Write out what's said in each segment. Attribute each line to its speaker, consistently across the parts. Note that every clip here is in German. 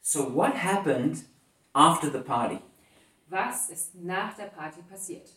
Speaker 1: So what happened after the party?
Speaker 2: Was ist nach der Party passiert?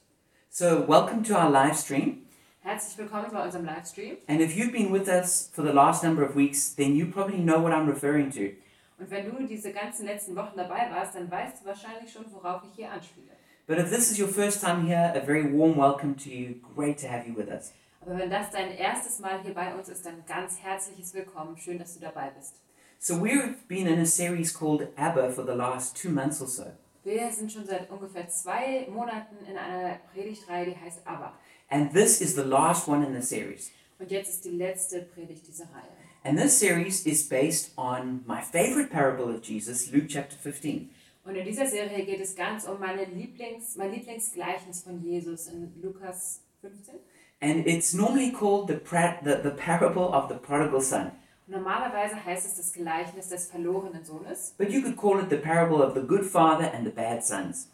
Speaker 1: So welcome to our live stream.
Speaker 2: Herzlich willkommen bei unserem Livestream.
Speaker 1: And if you've been with us for the last number of weeks, then you probably know what I'm referring to.
Speaker 2: Und wenn du diese ganzen letzten Wochen dabei warst, dann weißt du wahrscheinlich schon, worauf ich hier anspiele.
Speaker 1: But if this is your first time here, a very warm welcome to you. Great to have you with us.
Speaker 2: Aber wenn das dein erstes Mal hier bei uns ist, dann ganz herzliches Willkommen. Schön, dass du dabei bist.
Speaker 1: So we've been in a series called ABBA for the last two months or so.
Speaker 2: Wir sind schon seit ungefähr zwei Monaten in einer Predigtreihe, die heißt Aber.
Speaker 1: And this is the last one in the series.
Speaker 2: Und jetzt ist die letzte Predigt dieser Reihe.
Speaker 1: And this series is based on my favorite parable of Jesus, Luke chapter 15.
Speaker 2: Und in dieser Serie geht es ganz um meine Lieblings, mein Lieblingsgleichnis von Jesus in Lukas 15.
Speaker 1: And it's normally called the, pra- the, the parable of the prodigal son.
Speaker 2: Und normalerweise heißt es das Gleichnis des verlorenen Sohnes,
Speaker 1: But you could call it the parable of the good father and the bad sons.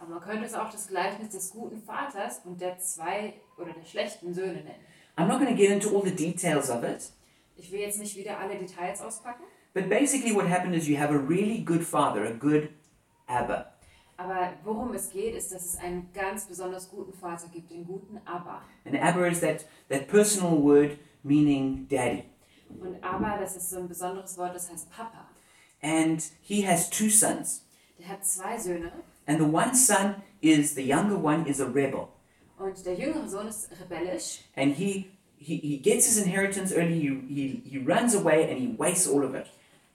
Speaker 2: aber man könnte es auch das Gleichnis des guten Vaters und der zwei oder der schlechten Söhne nennen.
Speaker 1: I'm not going to get into all the details of it,
Speaker 2: Ich will jetzt nicht wieder alle Details auspacken,
Speaker 1: but basically what happened is you have a really good father, a good Abba.
Speaker 2: aber worum es geht, ist, dass es einen ganz besonders guten Vater gibt, den guten Abba.
Speaker 1: And Abba is that, that personal word meaning daddy.
Speaker 2: Und Abba, das ist so ein besonderes Wort, das heißt Papa.
Speaker 1: And he has two sons.
Speaker 2: Der hat zwei Söhne
Speaker 1: And the one son is the younger one is a rebel.
Speaker 2: und der jüngere Sohn ist rebellisch
Speaker 1: And he, he, he gets his inheritance early, he, he, he runs away and he wastes all of it.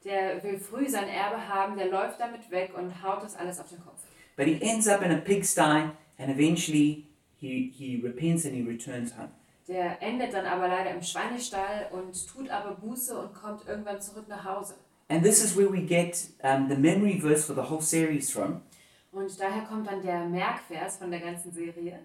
Speaker 2: Der will früh sein Erbe haben, der läuft damit weg und haut das alles auf den Kopf.
Speaker 1: But he ends up in a pigsty and eventually he, he repents and he returns home.
Speaker 2: Der endet dann aber leider im Schweinestall und tut aber Buße und kommt irgendwann zurück nach Hause.
Speaker 1: And this is where we get um, the memory verse for the whole series from.
Speaker 2: Und daher kommt dann der Merkvers von der ganzen Serie.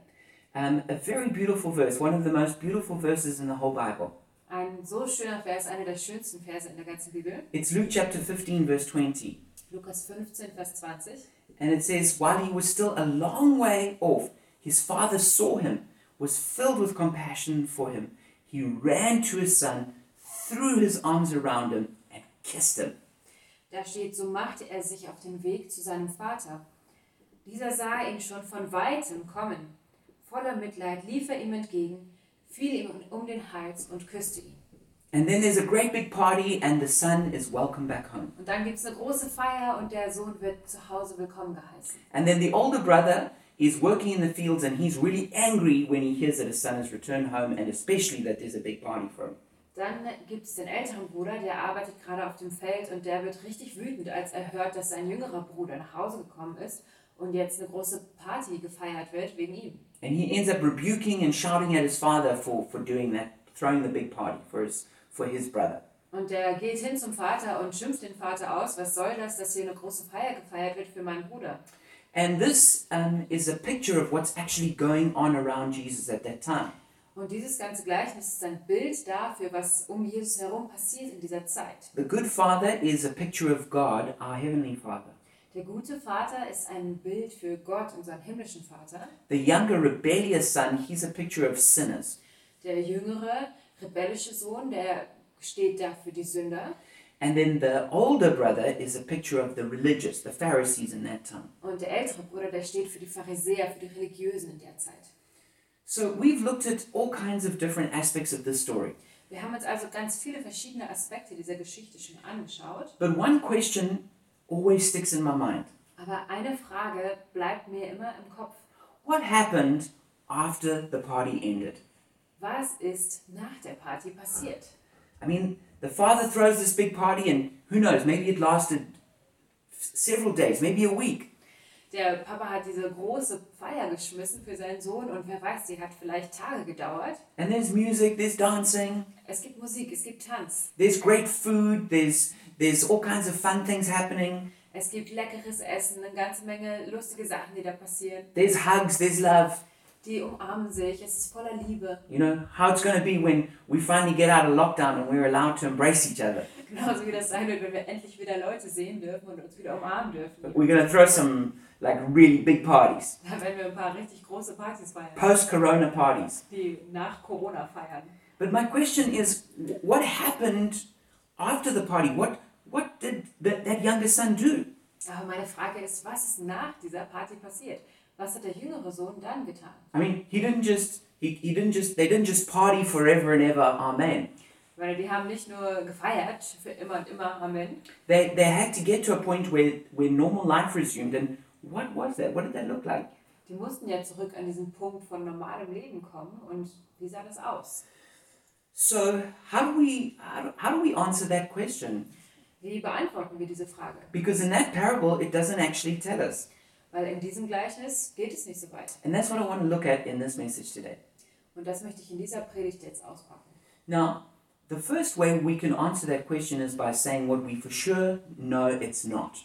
Speaker 1: Um, a very beautiful verse, one of the most beautiful verses in the whole Bible.
Speaker 2: Ein so schöner Vers, einer der schönsten Verse in der ganzen Bibel.
Speaker 1: It's Luke chapter 15, verse 20.
Speaker 2: Lukas 15, Vers 20.
Speaker 1: And it says, While he was still a long way off, his father saw him, was filled with compassion for him. He ran to his son, threw his arms around him, and kissed him.
Speaker 2: Da steht, so machte er sich auf den Weg zu seinem Vater. Dieser sah ihn schon von weitem kommen. Voller Mitleid lief er ihm entgegen, fiel ihm um den Hals und küsste ihn.
Speaker 1: And then there's a great big party, and the son is welcomed back home.
Speaker 2: Und dann gibt es eine große Feier und der Sohn wird zu Hause willkommen geheißen.
Speaker 1: And then the older brother is working in the fields and he's really angry when he hears that his son has returned home and especially that there's a big party for him.
Speaker 2: Dann gibt es den älteren Bruder, der arbeitet gerade auf dem Feld und der wird richtig wütend, als er hört, dass sein jüngerer Bruder nach Hause gekommen ist und jetzt eine große Party gefeiert wird wegen ihm.
Speaker 1: And he ends up rebuking and shouting at his father for, for doing that, throwing the big party for his, for his brother.
Speaker 2: Und der geht hin zum Vater und schimpft den Vater aus, was soll das, dass hier eine große Feier gefeiert wird für meinen Bruder.
Speaker 1: And this um, is a picture of what's actually going on around Jesus at that time.
Speaker 2: Und dieses ganze Gleichnis ist ein Bild dafür, was um Jesus herum passiert in dieser Zeit.
Speaker 1: The good father is a picture of God, our heavenly father.
Speaker 2: Der gute Vater ist ein Bild für Gott, unseren himmlischen Vater.
Speaker 1: The younger rebellious son, he's a picture of sinners.
Speaker 2: Der jüngere, rebellische Sohn, der steht da für die Sünder.
Speaker 1: And then the older brother is a picture of the religious, the Pharisees in that time.
Speaker 2: Und der ältere Bruder, der steht für die Pharisäer, für die Religiösen in der Zeit.
Speaker 1: So we've looked at all kinds of different aspects of this story.
Speaker 2: Wir haben uns also ganz viele verschiedene Aspekte dieser Geschichte schon angeschaut.
Speaker 1: But one question always sticks in my mind.
Speaker 2: Aber eine Frage bleibt mir immer im Kopf.
Speaker 1: What happened after the party ended?
Speaker 2: Was ist nach der Party passiert?
Speaker 1: I mean, the father throws this big party and who knows, maybe it lasted s- several days, maybe a week.
Speaker 2: Der Papa hat diese große Feier geschmissen für seinen Sohn und wer weiß, die hat vielleicht Tage gedauert.
Speaker 1: And there's music, there's dancing,
Speaker 2: Es gibt Musik, es gibt Tanz,
Speaker 1: there's great food, there's there's all kinds of fun things happening.
Speaker 2: es gibt leckeres Essen, eine ganze Menge lustige Sachen, die da passieren.
Speaker 1: There's hugs, there's love.
Speaker 2: Die umarmen sich, es ist voller Liebe.
Speaker 1: You know, how it's going to be when we finally get out of lockdown and we're allowed to embrace each other.
Speaker 2: Genauso wie das sein wird, wenn wir endlich wieder Leute sehen dürfen und uns wieder umarmen dürfen.
Speaker 1: We're going to throw some like really big parties.
Speaker 2: Da werden wir ein paar richtig große Partys feiern,
Speaker 1: post corona parties.
Speaker 2: die nach Corona feiern.
Speaker 1: But my question is what happened after the party? What what did the that, that younger son do?
Speaker 2: Aber meine Frage ist, was ist nach dieser Party passiert? Was hat der jüngere Sohn dann getan?
Speaker 1: I mean, he didn't just he, he didn't just they didn't just party forever and ever, amen.
Speaker 2: Weil die haben nicht nur gefeiert, für immer und immer, Amen.
Speaker 1: They they had to get to a point where where normal life resumed and what was that? What did that look like?
Speaker 2: Die mussten ja zurück an diesen Punkt von normalem Leben kommen und wie sah das aus?
Speaker 1: So how do we how do, how do we answer that question?
Speaker 2: Wie beantworten wir diese Frage?
Speaker 1: Because in that parable it doesn't actually tell us.
Speaker 2: Weil in diesem Gleichnis geht es nicht so weit.
Speaker 1: And that's what I want to look at in this message today.
Speaker 2: Und das möchte ich in dieser Predigt jetzt auspacken.
Speaker 1: Now, the first way we can answer that question is by saying what we for sure know it's not.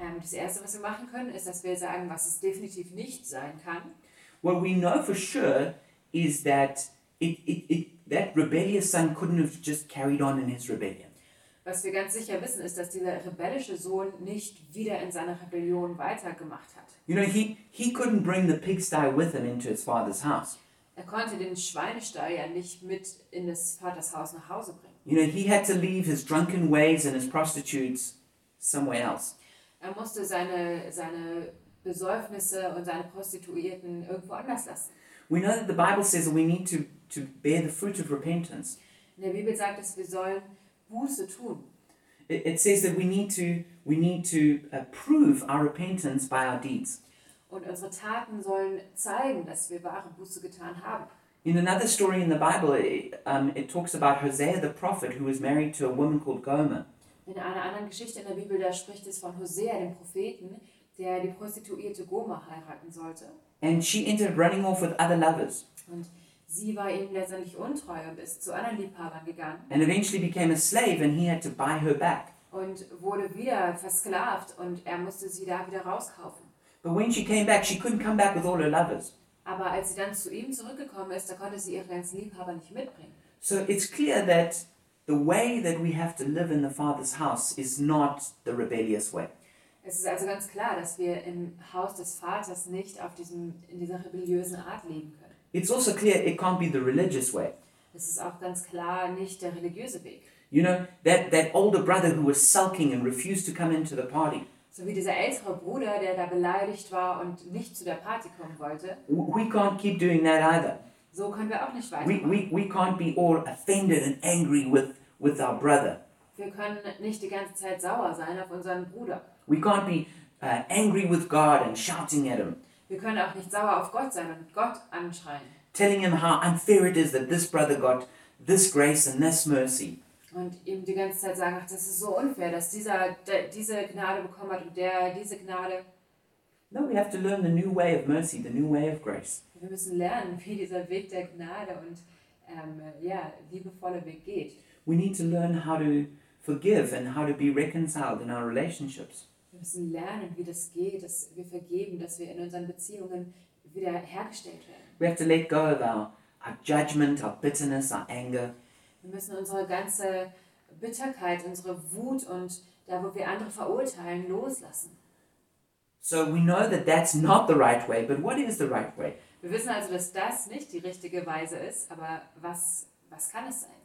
Speaker 2: Ähm, das Erste, was wir machen können, ist, dass wir sagen, was es definitiv nicht sein kann.
Speaker 1: What we know for sure is that it, it, it, that rebellious son couldn't have just carried on in his rebellion.
Speaker 2: Was wir ganz sicher wissen, ist, dass dieser rebellische Sohn nicht wieder in seiner Rebellion weitergemacht hat.
Speaker 1: You know, he, he couldn't bring the pigsty with him into his father's house.
Speaker 2: Er konnte den Schweinestall ja nicht mit in das Vaters Haus nach Hause bringen.
Speaker 1: You know, he had to leave his drunken ways and his prostitutes somewhere else.
Speaker 2: Er musste seine, seine Besäufnisse und seine Prostituierten irgendwo anders lassen.
Speaker 1: We know that the Bible says that we need to, to bear the fruit of repentance.
Speaker 2: In der Bibel sagt es, wir sollen Buße tun.
Speaker 1: It, it says that we need to, we need to uh, prove our repentance by our deeds.
Speaker 2: Und unsere Taten sollen zeigen, dass wir wahre Buße getan haben.
Speaker 1: In another story in the Bible, it, um, it talks about Hosea the prophet who was married to a woman called Gomer.
Speaker 2: In einer anderen Geschichte in der Bibel, da spricht es von Hosea, dem Propheten, der die Prostituierte Goma heiraten sollte.
Speaker 1: And she ended up running off with other lovers
Speaker 2: Und sie war ihm letztendlich untreu und ist zu anderen Liebhabern gegangen
Speaker 1: and eventually became a slave and he had to buy her back.
Speaker 2: und wurde wieder versklavt und er musste sie da wieder rauskaufen.
Speaker 1: But when she came back, she couldn't come back with all her lovers.
Speaker 2: Aber als sie dann zu ihm zurückgekommen ist, da konnte sie ihre ganzen Liebhaber nicht mitbringen.
Speaker 1: So it's clear that the way that we have to live in the Father's house is not the rebellious way.
Speaker 2: Es ist also ganz klar, dass wir im Haus des Vaters nicht auf diesem, in dieser rebelliösen Art leben können.
Speaker 1: It's also clear it can't be the religious way.
Speaker 2: Es ist auch ganz klar nicht der religiöse Weg.
Speaker 1: You know, that, that older brother who was sulking and refused to come into the party.
Speaker 2: So wie dieser ältere Bruder, der da beleidigt war und nicht zu der Party kommen wollte,
Speaker 1: W- We can't keep doing that either.
Speaker 2: so können wir auch nicht
Speaker 1: We,
Speaker 2: weitermachen.
Speaker 1: we, we can't be all offended and angry with, with our brother.
Speaker 2: Wir können nicht die ganze Zeit sauer sein auf unseren Bruder.
Speaker 1: We can't be uh, angry with God and shouting at him,
Speaker 2: Wir können auch nicht sauer auf Gott sein und Gott anschreien
Speaker 1: telling him how unfair it is that this brother got this grace and this mercy.
Speaker 2: und ihm die ganze Zeit sagen, ach, das ist so unfair, dass dieser der, diese Gnade bekommen hat und der diese Gnade.
Speaker 1: No, we have to learn the new way of mercy, the new way of grace.
Speaker 2: Wir müssen lernen, wie dieser Weg der Gnade und ähm, ja, liebevolle Weg geht.
Speaker 1: We need to learn how to forgive and how to be reconciled in our relationships.
Speaker 2: Wir müssen lernen, wie das geht, dass wir vergeben, dass wir in unseren Beziehungen wieder hergestellt werden.
Speaker 1: We have to let go of our, our judgment, our bitterness, our anger.
Speaker 2: Wir müssen unsere ganze Bitterkeit, unsere Wut und da, wo wir andere verurteilen, loslassen.
Speaker 1: So we know that that's not the right way, but what is the right way?
Speaker 2: Wir wissen also, dass das nicht die richtige Weise ist, aber was, was kann es sein?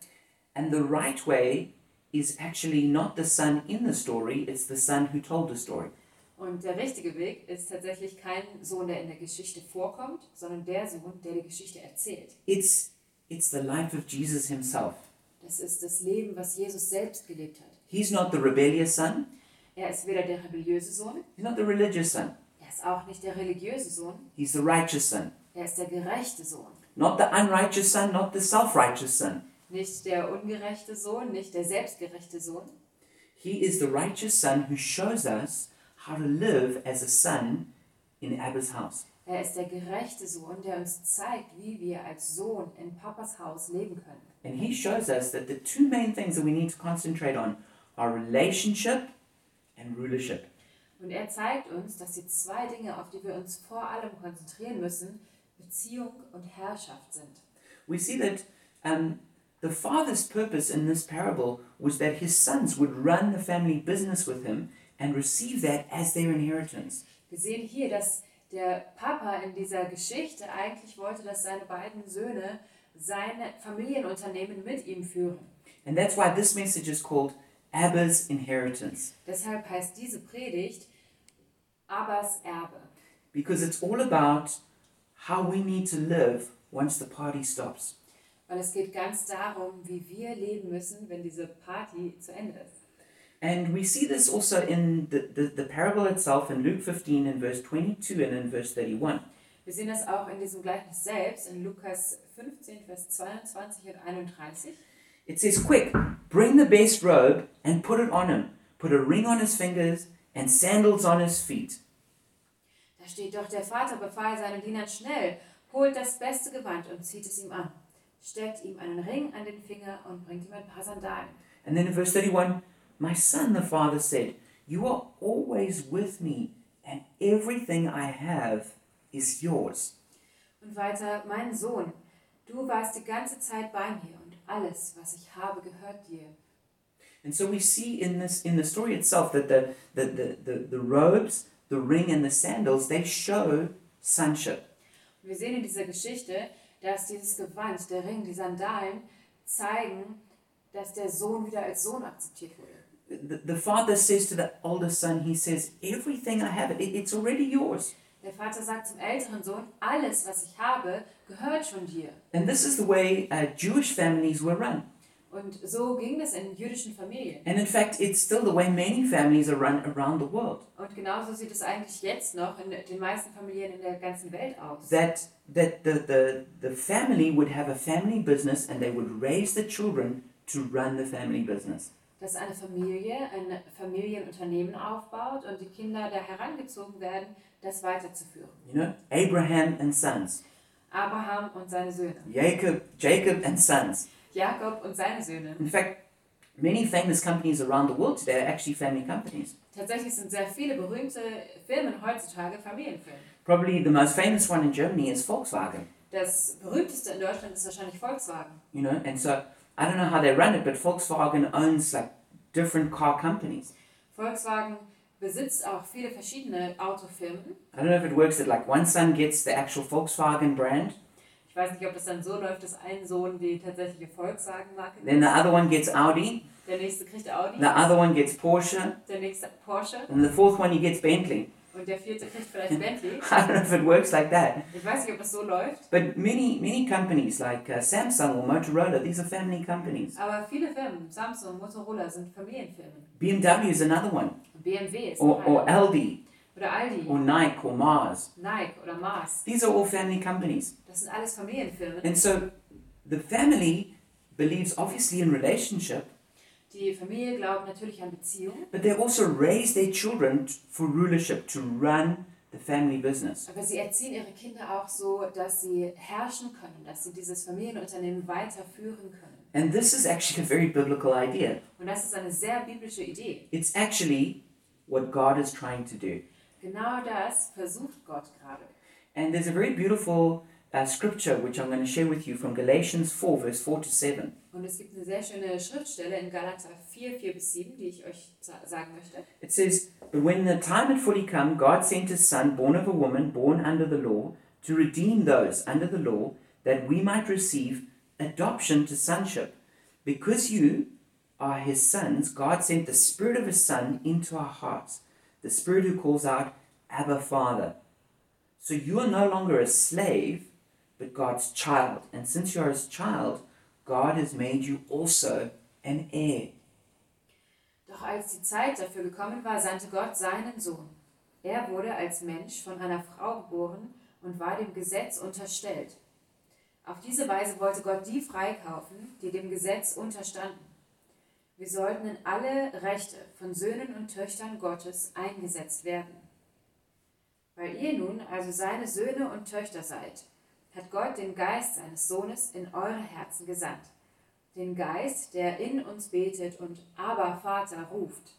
Speaker 1: And the right way is actually not the son in the story, it's the son who told the story.
Speaker 2: Und der richtige Weg ist tatsächlich kein Sohn, der in der Geschichte vorkommt, sondern der Sohn, der die Geschichte erzählt.
Speaker 1: It's, it's the life of Jesus himself.
Speaker 2: Das ist das Leben, was Jesus selbst gelebt hat.
Speaker 1: He's not the rebellious son,
Speaker 2: Er ist weder der rebelliöse Sohn,
Speaker 1: he's not the religious son,
Speaker 2: er ist auch nicht der religiöse Sohn,
Speaker 1: he's the righteous son.
Speaker 2: er ist der gerechte Sohn.
Speaker 1: Not the unrighteous son, not the self righteous son.
Speaker 2: Nicht der ungerechte Sohn, nicht der selbstgerechte Sohn,
Speaker 1: He is the righteous son who shows us how to live as a son in Abba's house.
Speaker 2: Er ist der gerechte Sohn, der uns zeigt, wie wir als Sohn in Papas Haus leben können.
Speaker 1: And he shows us that the two main things that we need to concentrate on are relationship and rulership.
Speaker 2: Und er zeigt uns, dass die zwei Dinge, auf die wir uns vor allem konzentrieren müssen, Beziehung und Herrschaft sind.
Speaker 1: we see that um, the father's purpose in this parable was that his sons would run the family business with him and receive that as their inheritance.
Speaker 2: Wir sehen hier, dass der Papa in dieser Geschichte eigentlich wollte, dass seine beiden Söhne seine Familienunternehmen mit ihm führen.
Speaker 1: And that's why this message is called Abel's inheritance
Speaker 2: Deshalb heißt diese Predigt Abbas Erbe,
Speaker 1: because it's all about how we need to live once the party stops.
Speaker 2: weil es geht ganz darum, wie wir leben müssen, wenn diese Party zu Ende ist.
Speaker 1: And we see this also in the, the, the parable itself in Luke 15 in verse 22 and in verse 31.
Speaker 2: Wir sehen das auch in diesem Gleichnis selbst, in Lukas 15, Vers 22 und 31.
Speaker 1: It says, Quick, bring the best robe and put it on him. Put a ring on his fingers and sandals on his feet.
Speaker 2: Da steht doch, der Vater befahl seinen Dienern schnell, holt das beste Gewand und zieht es ihm an. Steckt ihm einen Ring an den Finger und bringt ihm ein paar Sandalen.
Speaker 1: And then in verse 31, My son, the father said, You are always with me, and everything I have is yours.
Speaker 2: Und weiter, mein Sohn, du warst die ganze Zeit bei mir und alles, was ich habe, gehört dir.
Speaker 1: And so we see in this in the story itself that the the, the, the, the robes, the ring, and the sandals, they show sonship.
Speaker 2: Und wir sehen in dieser Geschichte, dass dieses Gewand, der Ring, die Sandalen zeigen, dass der Sohn wieder als Sohn akzeptiert wurde.
Speaker 1: The, the father says to the older son, he says, Everything I have, it, it's already yours.
Speaker 2: Der Vater sagt zum älteren Sohn, alles, was ich habe, gehört schon dir.
Speaker 1: And this is the way uh, Jewish families were run.
Speaker 2: Und so ging das in jüdischen Familien.
Speaker 1: And in fact, it's still the way many families are run around the world.
Speaker 2: Und genauso sieht es eigentlich jetzt noch in den meisten Familien in der ganzen Welt aus.
Speaker 1: That, that the, the, the family would have a family business and they would raise the children to run the family business.
Speaker 2: Dass eine Familie ein Familienunternehmen aufbaut und die Kinder da herangezogen werden, das weiterzuführen.
Speaker 1: You know, Abraham and sons,
Speaker 2: Abraham und seine Söhne,
Speaker 1: Jacob, Jacob and sons.
Speaker 2: Jakob und seine Söhne.
Speaker 1: In fact, many famous companies around the world today are actually family companies.
Speaker 2: Tatsächlich sind sehr viele berühmte Firmen heutzutage Familienfilme.
Speaker 1: Probably the most famous one in Germany is Volkswagen.
Speaker 2: Das berühmteste in Deutschland ist wahrscheinlich Volkswagen.
Speaker 1: You know, and so I don't know how they run it, but Volkswagen owns like different car companies.
Speaker 2: Volkswagen besitzt auch viele verschiedene Autofirmen.
Speaker 1: I don't know if it works that like one son gets the actual Volkswagen brand,
Speaker 2: Ich weiß nicht, ob das dann so läuft, dass ein Sohn die tatsächliche Volkswagen-Marke
Speaker 1: then
Speaker 2: nimmt,
Speaker 1: the other one gets Audi,
Speaker 2: der nächste kriegt Audi,
Speaker 1: the other one gets Porsche,
Speaker 2: der nächste Porsche
Speaker 1: and the fourth one he gets Bentley.
Speaker 2: und der vierte kriegt vielleicht Bentley.
Speaker 1: I don't know if it works like that.
Speaker 2: Ich weiß nicht, ob das so läuft,
Speaker 1: But many many companies like uh, Samsung or Motorola, these are family companies.
Speaker 2: aber viele Firmen, Samsung, Motorola, sind Familienfirmen.
Speaker 1: BMW is another one,
Speaker 2: Und BMW ist
Speaker 1: or
Speaker 2: noch
Speaker 1: or
Speaker 2: eine.
Speaker 1: Aldi,
Speaker 2: Oder Aldi,
Speaker 1: or Nike, or Mars.
Speaker 2: Nike oder Mars.
Speaker 1: These are all family companies,
Speaker 2: Das sind alles Familienfirmen.
Speaker 1: and so the family believes obviously in relationship,
Speaker 2: Die Familie glaubt natürlich an Beziehungen,
Speaker 1: but they also raise their children t- for rulership to run the family business.
Speaker 2: aber sie erziehen ihre Kinder auch so, dass sie herrschen können, dass sie dieses Familienunternehmen weiterführen können.
Speaker 1: And this is actually a very biblical idea.
Speaker 2: Und das ist eine sehr biblische Idee.
Speaker 1: It's actually what God is trying to do.
Speaker 2: Genau das versucht Gott gerade.
Speaker 1: And there's a very beautiful uh, scripture which I'm going to share with you from Galatians 4, verse 4 to 7.
Speaker 2: Und es gibt eine sehr schöne Schriftstelle in Galater 4, 4 bis 7, die ich euch za- sagen möchte.
Speaker 1: It says, But when the time had fully come, God sent his son, born of a woman, born under the law, to redeem those under the law, that we might receive adoption to sonship. Because you are his sons, God sent the spirit of his son into our hearts, the spirit who calls out, Abba, Father. So you are no longer a slave, but God's child. And since you are his child, God has made you also an heir.
Speaker 2: Doch als die Zeit dafür gekommen war, sandte Gott seinen Sohn. Er wurde als Mensch von einer Frau geboren und war dem Gesetz unterstellt. Auf diese Weise wollte Gott die freikaufen, die dem Gesetz unterstanden. Wir sollten in alle Rechte von Söhnen und Töchtern Gottes eingesetzt werden. Weil ihr nun also seine Söhne und Töchter seid, hat Gott den Geist seines Sohnes in eure Herzen gesandt, den Geist, der in uns betet und aber Vater ruft.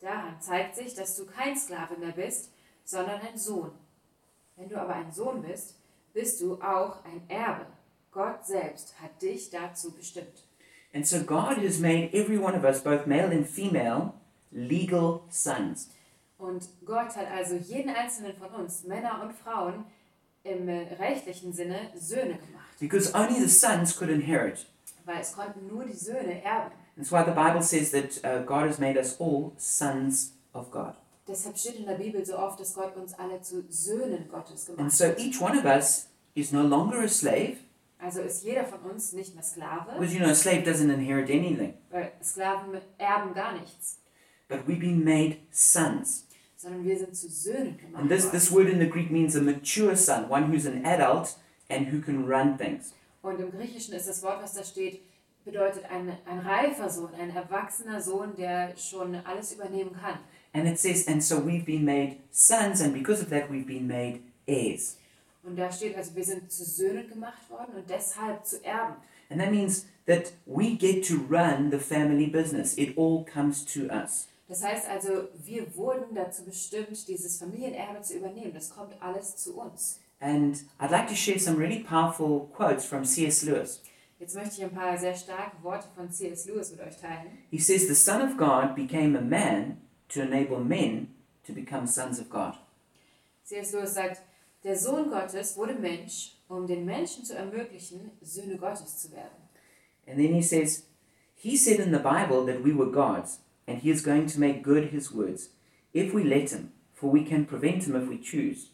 Speaker 2: Daran zeigt sich, dass du kein Sklave mehr bist, sondern ein Sohn. Wenn du aber ein Sohn bist, bist du auch ein Erbe. Gott selbst hat dich dazu bestimmt.
Speaker 1: And so God has made every one of us, both male and female, legal sons.
Speaker 2: Und Gott hat also jeden einzelnen von uns, Männer und Frauen, im äh, rechtlichen Sinne Söhne gemacht,
Speaker 1: Because only the sons could inherit.
Speaker 2: weil es konnten nur die Söhne erben.
Speaker 1: That's why the Bible says that uh, God has made us all sons of God.
Speaker 2: Deshalb steht in der Bibel so oft, dass Gott uns alle zu Söhnen Gottes
Speaker 1: And
Speaker 2: gemacht
Speaker 1: so
Speaker 2: hat.
Speaker 1: each one of us is no longer a slave
Speaker 2: Also ist jeder von uns nicht mehr Sklave,
Speaker 1: because, you know, a slave doesn't inherit anything.
Speaker 2: weil Sklaven erben gar nichts,
Speaker 1: But we've been made sons.
Speaker 2: sondern wir sind zu Söhnen gemacht
Speaker 1: And this,
Speaker 2: worden.
Speaker 1: this word in the Greek means a mature son, one who's an adult and who can run things.
Speaker 2: Und im Griechischen ist das Wort, was da steht, bedeutet ein, ein reifer Sohn, ein erwachsener Sohn, der schon alles übernehmen kann.
Speaker 1: And it says, and so we've been made sons, and because of that, we've been made heirs.
Speaker 2: Und da steht also, wir sind zu Söhnen gemacht worden und deshalb zu Erben.
Speaker 1: And that means that we get to run the family business. It all comes to us.
Speaker 2: Das heißt also, wir wurden dazu bestimmt, dieses Familienerbe zu übernehmen. Das kommt alles zu uns.
Speaker 1: And I'd like to share some really powerful quotes from C.S. Lewis.
Speaker 2: Jetzt möchte ich ein paar sehr starke Worte von C.S. Lewis mit euch teilen.
Speaker 1: He says, The Son of God became a man to enable men to become sons of God.
Speaker 2: C.S. Lewis sagt, der Sohn Gottes wurde Mensch, um den Menschen zu ermöglichen, Söhne Gottes zu werden.
Speaker 1: And then he says, He said in the Bible that we were God's, and He is going to make good His words, if we let Him, for we can prevent Him if we choose.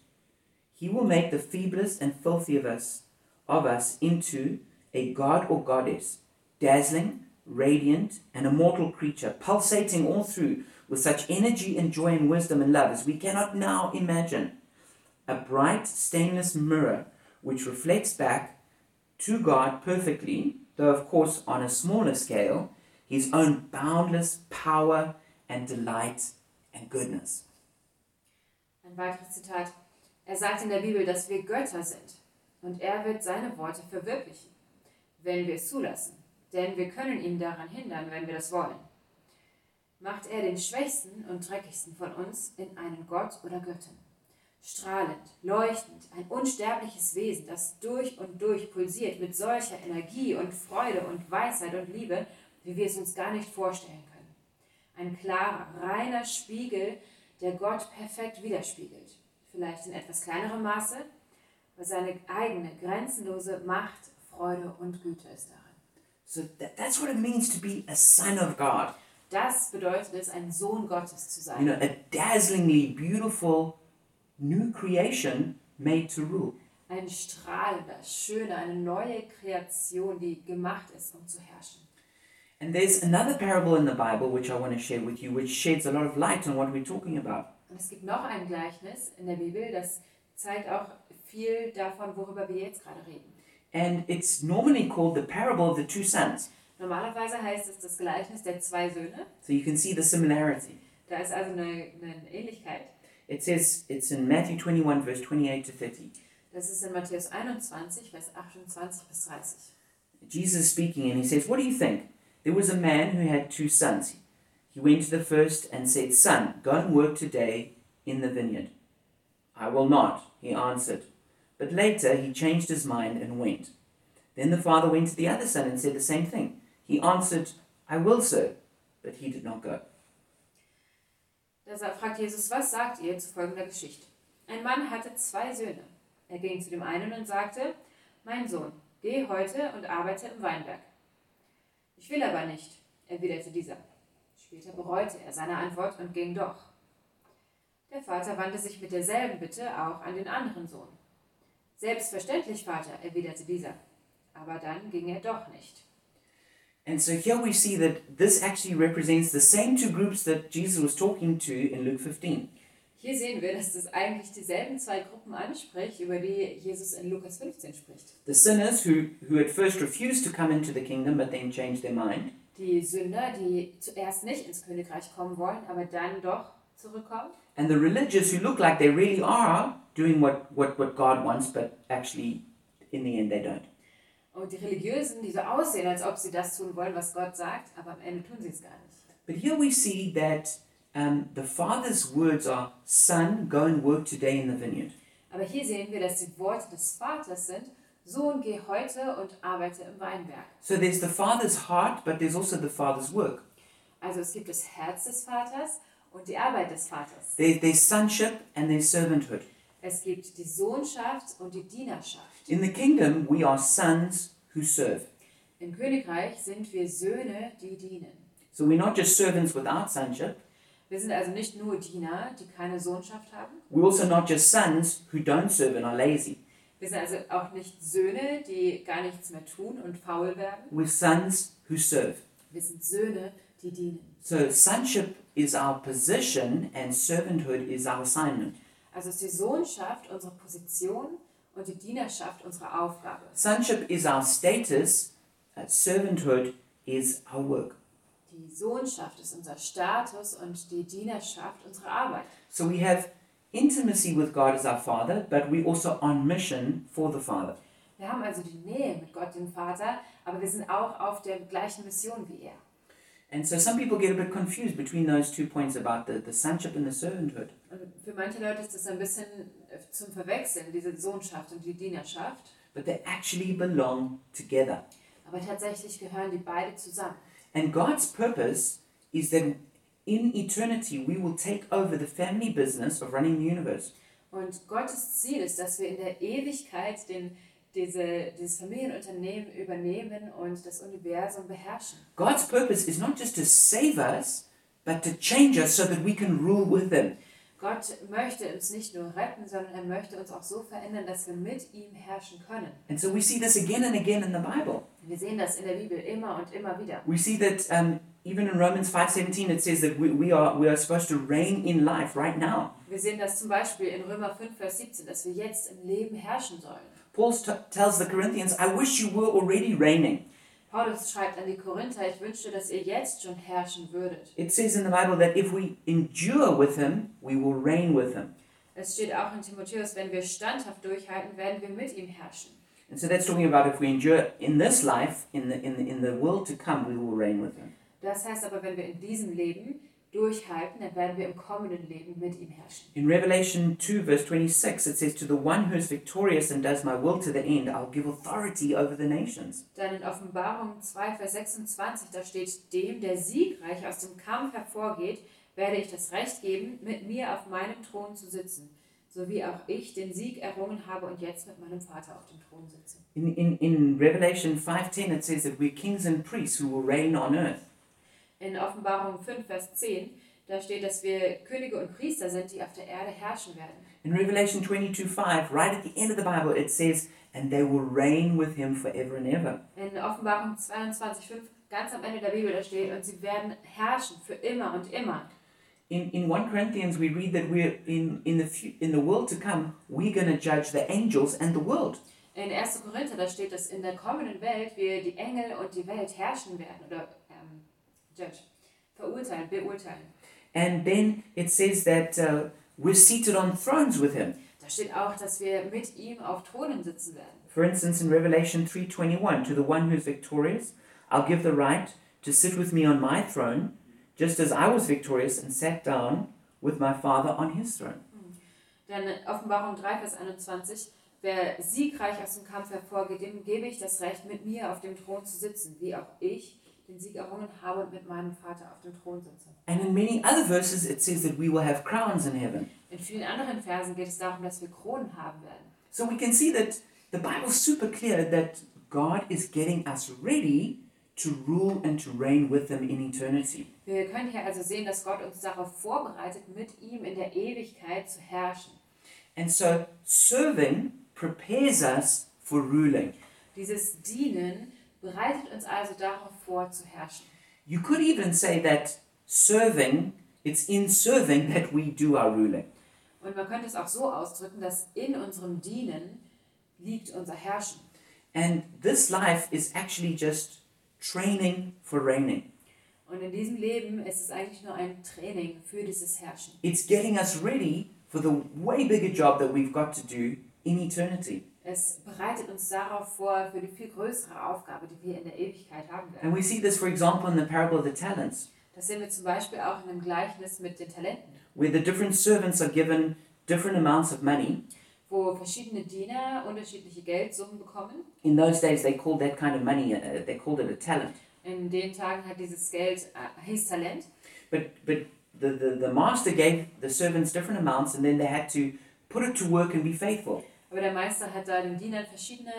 Speaker 1: He will make the feeblest and filthy of us, of us into a god or goddess, dazzling, radiant, an immortal creature, pulsating all through with such energy and joy and wisdom and love as we cannot now imagine. A bright stainless mirror which reflects back to God perfectly, though of course on a smaller scale, his own boundless power and delight and goodness.
Speaker 2: Ein weiteres Zitat. Er sagt in der Bibel, dass wir Götter sind und er wird seine Worte verwirklichen, wenn wir es zulassen. Denn wir können ihn daran hindern, wenn wir das wollen. Macht er den Schwächsten und Dreckigsten von uns in einen Gott oder Göttin. Strahlend, leuchtend, ein unsterbliches Wesen, das durch und durch pulsiert mit solcher Energie und Freude und Weisheit und Liebe, wie wir es uns gar nicht vorstellen können ein klarer, reiner Spiegel, der Gott perfekt widerspiegelt. Vielleicht in etwas kleinerem Maße, aber seine eigene grenzenlose Macht, Freude und Güte ist darin.
Speaker 1: So that, that's what it means to be a son of God.
Speaker 2: Das bedeutet es, ein Sohn Gottes zu
Speaker 1: You know,
Speaker 2: sein.
Speaker 1: a dazzlingly beautiful new creation made to rule.
Speaker 2: Ein strahlender, schöner, eine neue Kreation, die gemacht ist, um zu herrschen.
Speaker 1: And there's another parable in the Bible which I want to share with you, which sheds a lot of light on what we're talking about.
Speaker 2: Und es gibt noch ein Gleichnis in der Bibel, das zeigt auch viel davon, worüber wir jetzt gerade reden.
Speaker 1: And it's normally called the parable of the two sons.
Speaker 2: Normalerweise heißt es das Gleichnis der zwei Söhne.
Speaker 1: So you can see the similarity.
Speaker 2: Da ist also eine, eine Ähnlichkeit.
Speaker 1: It says it's in Matthew 21, verse 28 to 30.
Speaker 2: Das ist in Matthäus 21, Vers 28 bis 30.
Speaker 1: Jesus is speaking, and he says, What do you think? There was a man who had two sons. He went to the first and said, Son, go and work today in the vineyard. I will not, he answered. But later he changed his mind and went. Then the father went to the other son and said the same thing. He answered, I will, sir. But he did not go.
Speaker 2: Da sa- fragt Jesus, was sagt ihr zu folgender Geschichte? Ein Mann hatte zwei Söhne. Er ging zu dem einen und sagte, Mein Sohn, geh heute und arbeite im Weinberg. Ich will aber nicht, erwiderte dieser. Später bereute er seine Antwort und ging doch. Der Vater wandte sich mit derselben Bitte auch an den anderen Sohn. Selbstverständlich, Vater, erwiderte dieser. Aber dann ging er doch nicht.
Speaker 1: And so here we see that this actually represents the same two groups that Jesus was talking to in Luke 15.
Speaker 2: Hier sehen wir, dass das eigentlich dieselben zwei Gruppen anspricht, über die Jesus in Lukas 15 spricht.
Speaker 1: The sinners who, who at first refused to come into the kingdom but then changed their mind,
Speaker 2: Die Sünder, die zuerst nicht ins Königreich kommen wollen, aber dann doch zurückkommen.
Speaker 1: and the religious who look like they really are doing what, what, what God wants but actually in the end they don't.
Speaker 2: Und die Religiösen, die so aussehen, als ob sie das tun wollen, was Gott sagt, aber am Ende tun sie es gar nicht.
Speaker 1: But here we see that um, the Father's words are, Son, go and work today in the vineyard.
Speaker 2: Aber hier sehen wir, dass die Worte des Vaters sind, Sohn, geh heute und arbeite im Weinberg.
Speaker 1: So there's the Father's heart, but there's also the Father's work.
Speaker 2: Also es gibt das Herz des Vaters und die Arbeit des Vaters.
Speaker 1: There, there's sonship and there's servanthood.
Speaker 2: Es gibt die Sohnschaft und die Dienerschaft.
Speaker 1: In the kingdom, we are sons who serve.
Speaker 2: Im Königreich sind wir Söhne, die dienen.
Speaker 1: So we're not just servants without sonship,
Speaker 2: Wir sind also nicht nur Diener, die keine Sohnschaft haben.
Speaker 1: we're also not just sons who don't serve and are lazy.
Speaker 2: Wir sind also auch nicht Söhne, die gar nichts mehr tun und faul werden.
Speaker 1: We're sons who serve.
Speaker 2: Wir sind Söhne, die dienen.
Speaker 1: So sonship is our position and servanthood is our assignment.
Speaker 2: Also ist die Sohnschaft unsere Position und die Dienerschaft unsere Aufgabe.
Speaker 1: Sonship is our status, uh, servanthood is our work.
Speaker 2: Die Sohnschaft ist unser Status und die Dienerschaft unsere Arbeit.
Speaker 1: So we have intimacy with God as our Father, but we also on mission for the Father.
Speaker 2: Wir haben also die Nähe mit Gott, dem Vater, aber wir sind auch auf der gleichen Mission wie er.
Speaker 1: And so some people get a bit confused between those two points about the, the sonship and the servanthood.
Speaker 2: Und Also für manche Leute ist das ein bisschen äh, zum Verwechseln, diese Sohnschaft und die Dienerschaft.
Speaker 1: But they actually belong together.
Speaker 2: Aber tatsächlich gehören die beide zusammen.
Speaker 1: And God's purpose is that in eternity we will take over the family business of running the universe.
Speaker 2: Und Gottes Ziel ist, dass wir in der Ewigkeit den, diese, dieses Familienunternehmen übernehmen und das Universum beherrschen.
Speaker 1: God's purpose is not just to save us, but to change us so that we can rule with Him.
Speaker 2: Gott möchte uns nicht nur retten, sondern er möchte uns auch so verändern, dass wir mit ihm herrschen können.
Speaker 1: And so we see this again and again in the Bible.
Speaker 2: Wir sehen das in der Bibel immer und immer wieder.
Speaker 1: We see that um, even in Romans 5.17 it says that we, we, are, we are supposed to reign in life right now.
Speaker 2: Wir sehen das zum Beispiel in Römer 5, Vers 17, dass wir jetzt im Leben herrschen sollen.
Speaker 1: Paul t- tells the Corinthians, I wish you were already reigning.
Speaker 2: Paulus schreibt an die Korinther, ich wünschte, dass ihr jetzt schon herrschen würdet.
Speaker 1: It says in the Bible that if we endure with Him, we will reign with Him.
Speaker 2: Es steht auch in Timotheus, wenn wir standhaft durchhalten, werden wir mit ihm herrschen.
Speaker 1: And so that's talking about if we endure in this life, in the, in the, in the world to come, we will reign with Him.
Speaker 2: Das heißt aber, wenn wir in diesem Leben durchhalten, dann werden wir im kommenden Leben mit ihm herrschen.
Speaker 1: In Revelation 2, verse 26, it says, To the one who is victorious and does my will to the end, I'll give authority over the nations.
Speaker 2: Dann in Offenbarung 2, Vers 26, da steht, dem, der siegreich aus dem Kampf hervorgeht, werde ich das Recht geben, mit mir auf meinem Thron zu sitzen, so wie auch ich den Sieg errungen habe und jetzt mit meinem Vater auf dem Thron sitze.
Speaker 1: In, in, in Revelation 5.10, it says that we're kings and priests who will reign on earth.
Speaker 2: In Offenbarung 5, Vers 10, da steht, dass wir Könige und Priester sind, die auf der Erde herrschen werden.
Speaker 1: In Revelation 22.5, right at the end of the Bible, it says, And they will reign with Him forever and ever.
Speaker 2: In Offenbarung 22, 5, ganz am Ende der Bibel, da steht, und sie werden herrschen für immer und immer.
Speaker 1: In, in 1 Corinthians, we read that we're in, in, the, fu- in the world to come, we're going to judge the angels and the world.
Speaker 2: In 1. Korinther, da steht, dass in der kommenden Welt wir die Engel und die Welt herrschen werden oder ähm, judge, verurteilen, beurteilen.
Speaker 1: And then it says that uh, we're seated on thrones with him.
Speaker 2: Da steht auch, dass wir mit ihm auf Thronen sitzen werden.
Speaker 1: For instance, in Revelation 3:21, to the one who is victorious, I'll give the right to sit with me on my throne, just as I was victorious and sat down with my Father on his throne.
Speaker 2: Dann in Offenbarung 3, Vers 21, wer siegreich aus dem Kampf hervorgeht, dem gebe ich das Recht, mit mir auf dem Thron zu sitzen, wie auch ich den Sieg errungen habe und mit meinem Vater auf dem Thron sitze.
Speaker 1: And in many other verses, it says that we will have crowns in heaven.
Speaker 2: In vielen anderen Versen geht es darum, dass wir Kronen haben werden.
Speaker 1: So we can see that the Bible's super clear that God is getting us ready to rule and to reign with him in eternity.
Speaker 2: Wir können hier also sehen, dass Gott uns darauf vorbereitet, mit ihm in der Ewigkeit zu herrschen.
Speaker 1: And so serving prepares us for ruling.
Speaker 2: Dieses Dienen bereitet uns also darauf vor, zu herrschen.
Speaker 1: You could even say that serving, it's in serving that we do our ruling.
Speaker 2: Und man könnte es auch so ausdrücken, dass in unserem Dienen liegt unser Herrschen.
Speaker 1: And this life is actually just training for reigning.
Speaker 2: Und in diesem Leben ist es eigentlich nur ein Training für dieses Herrschen.
Speaker 1: It's getting us ready for the way bigger job that we've got to do in eternity.
Speaker 2: Es bereitet uns darauf vor, für die viel größere Aufgabe, die wir in der Ewigkeit haben werden.
Speaker 1: And we see this, for example, in the parable of the talents,
Speaker 2: Das sehen wir zum Beispiel auch in dem Gleichnis mit den Talenten,
Speaker 1: where the different servants are given different amounts of money.
Speaker 2: wo verschiedene Diener unterschiedliche Geldsummen bekommen.
Speaker 1: In those days, they called that kind of money, uh, they called it a talent.
Speaker 2: In den Tagen hat dieses Geld äh, hieß Talent.
Speaker 1: But but the, the, the master gave the servants different amounts and then they had to put it to work and be faithful.
Speaker 2: Aber der Meister hat da den Dienern verschiedene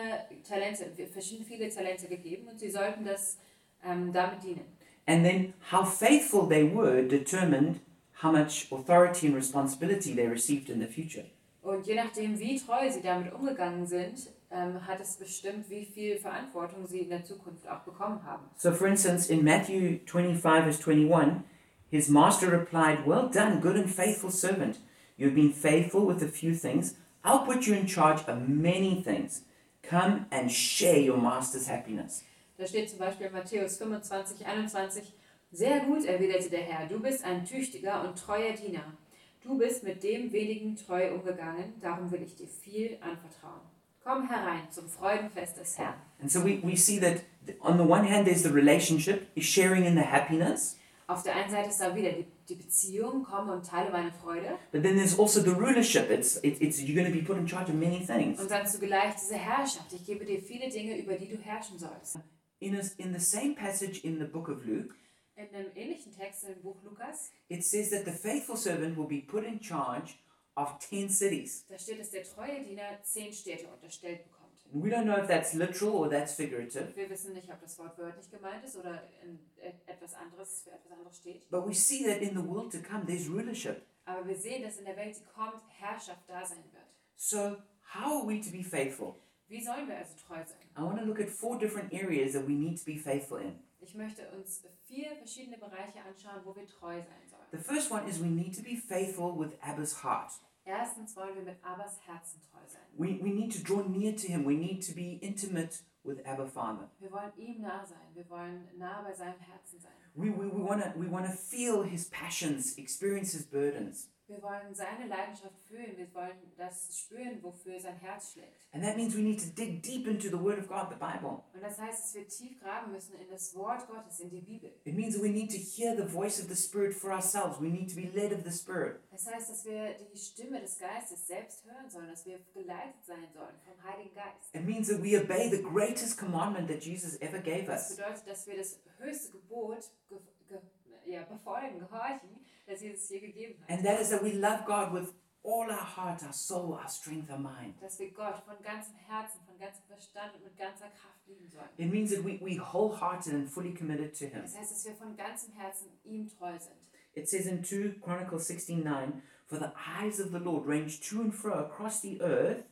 Speaker 2: Talente, verschiedene viele Talente gegeben und sie sollten das ähm, damit dienen.
Speaker 1: And then how faithful they were determined how much authority and responsibility they received in the future.
Speaker 2: Und je nachdem, wie treu sie damit umgegangen sind, ähm, hat es bestimmt, wie viel Verantwortung sie in der Zukunft auch bekommen haben.
Speaker 1: So, for instance, in Matthew 25, verse 21, his master replied, Well done, good and faithful servant. You've been faithful with a few things. I'll put you in charge of many things. Come and share your master's happiness.
Speaker 2: Da steht zum Beispiel in Matthäus 25, 21, Sehr gut, erwiderte der Herr, du bist ein tüchtiger und treuer Diener. Du bist mit dem wenigen treu umgegangen, darum will ich dir viel anvertrauen. Komm herein zum Freudenfest des Herrn.
Speaker 1: And so we, we see that th- on the one hand, there's the relationship, is sharing in the happiness,
Speaker 2: Auf der einen Seite ist da wieder die, die Beziehung, komm und teile meine Freude.
Speaker 1: but then there's also the rulership. It's, it, it's You're going to be put in charge of many things.
Speaker 2: Und dann zugleich diese Herrschaft. Ich gebe dir viele Dinge, über die du herrschen sollst.
Speaker 1: In, a, in the same passage in the book of Luke,
Speaker 2: In einem ähnlichen Text im Buch Lukas,
Speaker 1: it says that the faithful servant will be put in charge of 10 cities.
Speaker 2: da steht, dass der treue Diener zehn Städte unterstellt bekommt.
Speaker 1: And we don't know if that's literal or that's figurative,
Speaker 2: Wir wissen nicht, ob das Wort wörtlich gemeint ist oder in e- etwas anderes, für etwas anderes steht.
Speaker 1: but we see that in the world to come, there's rulership.
Speaker 2: Aber wir sehen, dass in der Welt, die kommt, Herrschaft da sein wird.
Speaker 1: So, how are we to be faithful?
Speaker 2: Wie sollen wir also treu sein?
Speaker 1: I want to look at four different areas that we need to be faithful in.
Speaker 2: Ich möchte uns vier verschiedene Bereiche anschauen, wo wir treu sein sollen.
Speaker 1: The first one is we need to be faithful with Abba's heart.
Speaker 2: Erstens wollen wir mit Abbas Herzen treu sein.
Speaker 1: We, we need to draw near to him. We need to be intimate with Abba Father.
Speaker 2: Wir wollen ihm nah sein. Wir wollen nah bei seinem Herzen sein.
Speaker 1: We, we, we want to we wanna feel his passions, experience his burdens.
Speaker 2: Wir wollen seine Leidenschaft fühlen. Wir wollen das spüren, wofür sein Herz schlägt.
Speaker 1: And that means we need to dig deep into the Word of God, the Bible.
Speaker 2: Und das heißt, dass wir tief graben müssen in das Wort Gottes, in die Bibel.
Speaker 1: It means we need to hear the voice of the Spirit for ourselves. We need to be led of the Spirit.
Speaker 2: Das heißt, dass wir die Stimme des Geistes selbst hören sollen, dass wir geleitet sein sollen vom Heiligen Geist.
Speaker 1: It means that we obey the greatest commandment that Jesus ever gave
Speaker 2: Das
Speaker 1: us.
Speaker 2: bedeutet, dass wir das höchste Gebot ge ge ja, befolgen, gehorchen, das Jesus hier gegeben hat.
Speaker 1: And that is that we love God with all our heart, our soul, our strength, our mind.
Speaker 2: Dass wir Gott von ganzem Herzen, von ganzem Verstand und mit ganzer Kraft lieben sollen.
Speaker 1: It means that we, we wholehearted and fully committed to Him.
Speaker 2: Das heißt, dass wir von ganzem Herzen ihm treu sind.
Speaker 1: It says in 2 Chronicles 16:9, For the eyes of the Lord range to and fro across the earth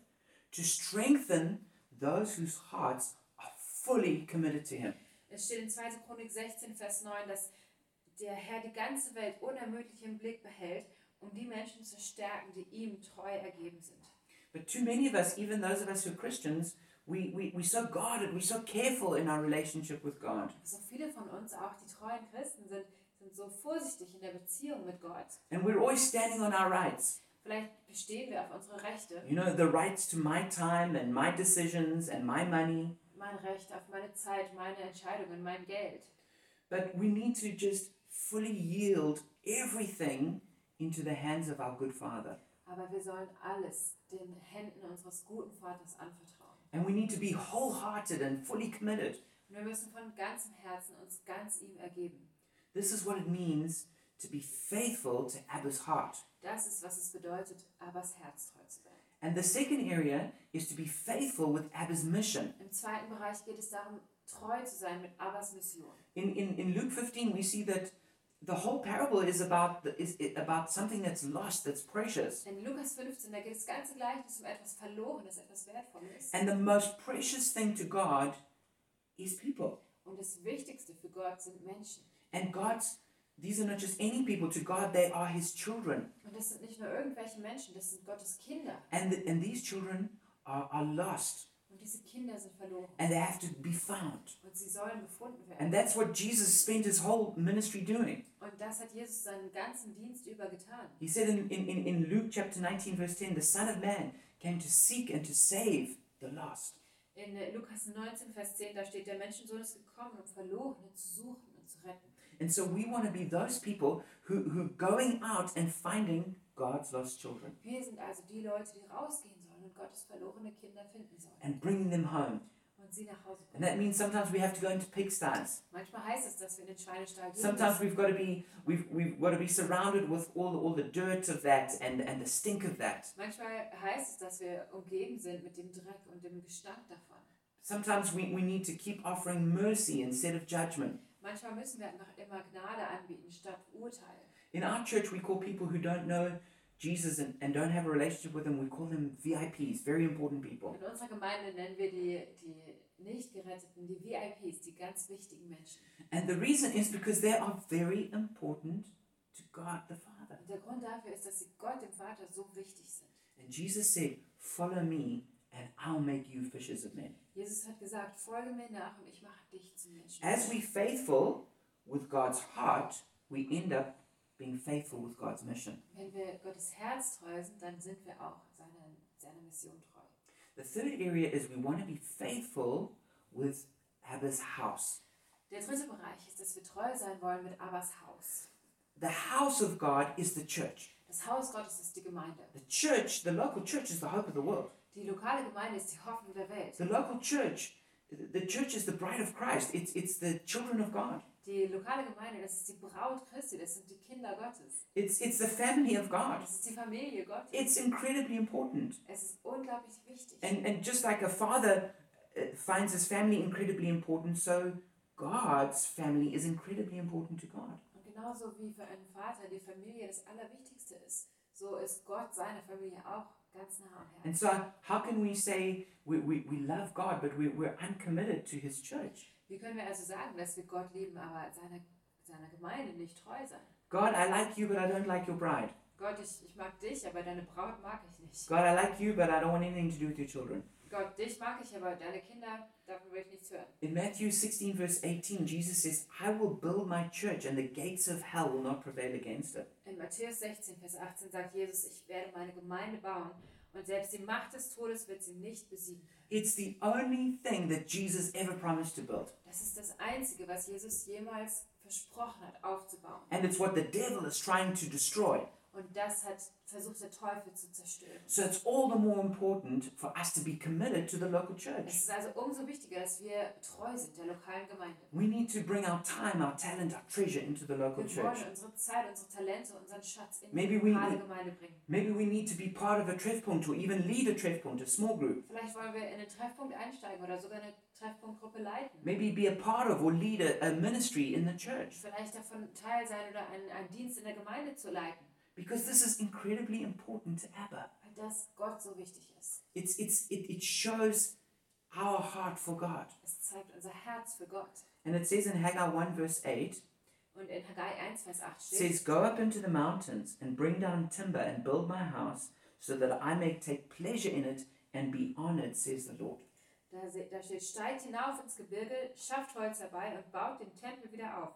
Speaker 1: to strengthen those whose hearts are fully committed to Him.
Speaker 2: Es steht in 2. Chronik 16, Vers 9, dass der Herr die ganze Welt unermüdlich im Blick behält, um die Menschen zu stärken, die ihm treu ergeben sind.
Speaker 1: But too many of us, even those of us who are Christians, we, we, we're so guarded, we're so careful in our relationship with God.
Speaker 2: So Also viele von uns, auch die treuen Christen, sind, sind so vorsichtig in der Beziehung mit Gott.
Speaker 1: And we're always standing on our rights.
Speaker 2: Vielleicht bestehen wir auf unsere Rechte,
Speaker 1: You know, the rights to my time and my decisions and my money.
Speaker 2: mein Recht auf meine Zeit, meine Entscheidungen, mein Geld.
Speaker 1: But we need to just fully yield everything into the hands of our good Father.
Speaker 2: Aber wir sollen alles den Händen unseres guten Vaters anvertrauen.
Speaker 1: And we need to be wholehearted and fully committed.
Speaker 2: Und wir müssen von ganzem Herzen uns ganz ihm ergeben.
Speaker 1: This is what it means to be faithful to Abba's heart.
Speaker 2: Das ist, was es bedeutet, Abbas Herz treu zu sein.
Speaker 1: And the second area is to be faithful with Abba's mission.
Speaker 2: Im zweiten Bereich geht es darum, treu zu sein mit Abbas Mission.
Speaker 1: In, in, in Luke 15, we see that the whole parable is about, the, is it, about something that's lost, that's precious.
Speaker 2: In Lukas 15, da geht das ganze Gleichnis um etwas Verlorenes, etwas Wertvolles.
Speaker 1: And the most precious thing to God is people.
Speaker 2: Und das Wichtigste für Gott sind Menschen.
Speaker 1: And God's, these are not just any people, to God they are His children.
Speaker 2: Und das sind nicht nur irgendwelche Menschen, das sind Gottes Kinder.
Speaker 1: And, the, and these children are, are lost
Speaker 2: Und diese Kinder sind verloren.
Speaker 1: and they have to be found.
Speaker 2: Und sie sollen gefunden
Speaker 1: And
Speaker 2: werden.
Speaker 1: that's what Jesus spent his whole ministry doing.
Speaker 2: Und das hat Jesus seinen ganzen Dienst über getan.
Speaker 1: He said in, in, in in Luke chapter 19, verse 10, the Son of Man came to seek and to save the lost.
Speaker 2: In äh, Lukas 19, Vers 10, da steht, der Menschensohn ist gekommen, um Verlorene zu suchen und zu retten.
Speaker 1: And so we want to be those people who, who are going out and finding God's lost children
Speaker 2: Wir sind also die Leute, die rausgehen sollen und Gottes verlorene Kinder finden sollen
Speaker 1: and bringing them home.
Speaker 2: und sie nach Hause
Speaker 1: And
Speaker 2: bringen.
Speaker 1: that means sometimes we have to go into pigsties.
Speaker 2: Manchmal heißt es, dass wir in den Schweinestall gehen.
Speaker 1: Sometimes
Speaker 2: müssen.
Speaker 1: we've got to be we've, we've got to be surrounded with all all the dirt of that and, and the stink of that.
Speaker 2: Manchmal heißt es, dass wir umgeben sind mit dem Dreck und dem Gestank davon.
Speaker 1: Sometimes we, we need to keep offering mercy instead of judgment.
Speaker 2: Manchmal müssen wir einfach immer Gnade anbieten statt Urteil.
Speaker 1: In our church, we call people who don't know Jesus and, and don't have a relationship with him, we call them VIPs, very important people.
Speaker 2: In unserer Gemeinde nennen wir die, die nicht geretteten, die VIPs, die ganz wichtigen Menschen.
Speaker 1: And the reason is because they are very important to God the Father.
Speaker 2: Und der Grund dafür ist, dass sie Gott dem Vater so wichtig sind.
Speaker 1: And Jesus said, Follow me, and I'll make you fishers of men.
Speaker 2: Jesus hat gesagt, folge mir nach und ich mache dich zum Menschen.
Speaker 1: As we faithful with God's heart, we end up being faithful with God's mission.
Speaker 2: Wenn wir Gottes Herz treu sind, dann sind wir auch seiner, seiner Mission treu.
Speaker 1: The third area is we want to be faithful with Abba's house.
Speaker 2: Der dritte Bereich ist, dass wir treu sein wollen mit Abbas Haus.
Speaker 1: The house of God is the church.
Speaker 2: Das Haus Gottes ist die Gemeinde.
Speaker 1: The church, the local church, is the hope of the world.
Speaker 2: Die lokale Gemeinde ist die Hoffnung der Welt.
Speaker 1: The local church, the church is the bride of Christ. It's, it's the children of God.
Speaker 2: Die lokale Gemeinde, das ist die Braut Christi, das sind die Kinder Gottes.
Speaker 1: It's, it's the family of God.
Speaker 2: Das ist die Familie Gottes.
Speaker 1: It's incredibly important.
Speaker 2: Es ist unglaublich wichtig.
Speaker 1: And, and just like a father uh, finds his family incredibly important, so God's family is incredibly important to God.
Speaker 2: Und genauso wie für einen Vater die Familie das Allerwichtigste ist, so ist Gott seiner Familie auch ganz nah am Herzen.
Speaker 1: And so, how can we say we, we, we love God, but we, we're uncommitted to his church?
Speaker 2: Wie können wir also sagen, dass wir Gott lieben, aber seiner, seiner Gemeinde nicht treu sein?
Speaker 1: God, I like you, but I don't like your bride.
Speaker 2: Gott, ich, ich mag dich, aber deine Braut mag ich nicht.
Speaker 1: God, I like you, but I don't want anything to do with your children.
Speaker 2: Gott, dich mag ich, aber deine Kinder, davon will ich nichts hören.
Speaker 1: In Matthew 16, verse 18, Jesus says, I will build my church, and the gates of hell will not prevail against it.
Speaker 2: In Matthäus 16, Vers 18 sagt Jesus, ich werde meine Gemeinde bauen und selbst die Macht des Todes wird sie nicht besiegen.
Speaker 1: It's the only thing that Jesus ever promised to build.
Speaker 2: Das ist das Einzige, was Jesus jemals versprochen hat, aufzubauen.
Speaker 1: And it's what the devil is trying to destroy.
Speaker 2: Und das hat versucht der Teufel zu zerstören.
Speaker 1: So it's all the more important for us to be committed to the local
Speaker 2: Es
Speaker 1: church.
Speaker 2: ist also umso wichtiger, dass wir treu sind der lokalen Gemeinde.
Speaker 1: We need to bring our time, our talent, our treasure into the local
Speaker 2: Wir
Speaker 1: church.
Speaker 2: wollen unsere Zeit, unsere Talente, unseren Schatz in die
Speaker 1: Maybe we-
Speaker 2: lokale Gemeinde bringen.
Speaker 1: Maybe we need to be part of a Treffpunkt or even lead a Treffpunkt, a small group.
Speaker 2: Vielleicht wollen wir in einen Treffpunkt einsteigen oder sogar eine Treffpunktgruppe leiten.
Speaker 1: Maybe be a part of or lead a, a ministry in the church.
Speaker 2: Vielleicht davon Teil sein oder einen, einen Dienst in der Gemeinde zu leiten,
Speaker 1: Because this is incredibly important to Abba.
Speaker 2: weil das Gott so wichtig ist.
Speaker 1: It's, it's, it, it shows our heart for God.
Speaker 2: Es zeigt unser Herz für Gott.
Speaker 1: And it says in Haggai 1 verse 8,
Speaker 2: Und in Haggai 1, Vers 8
Speaker 1: It
Speaker 2: steht,
Speaker 1: says, Go up into the mountains and bring down timber and build my house, so that I may take pleasure in it and be honored, says the Lord.
Speaker 2: Da, se- da steht, steigt hinauf ins Gebirge, schafft Holz herbei und baut den Tempel wieder auf.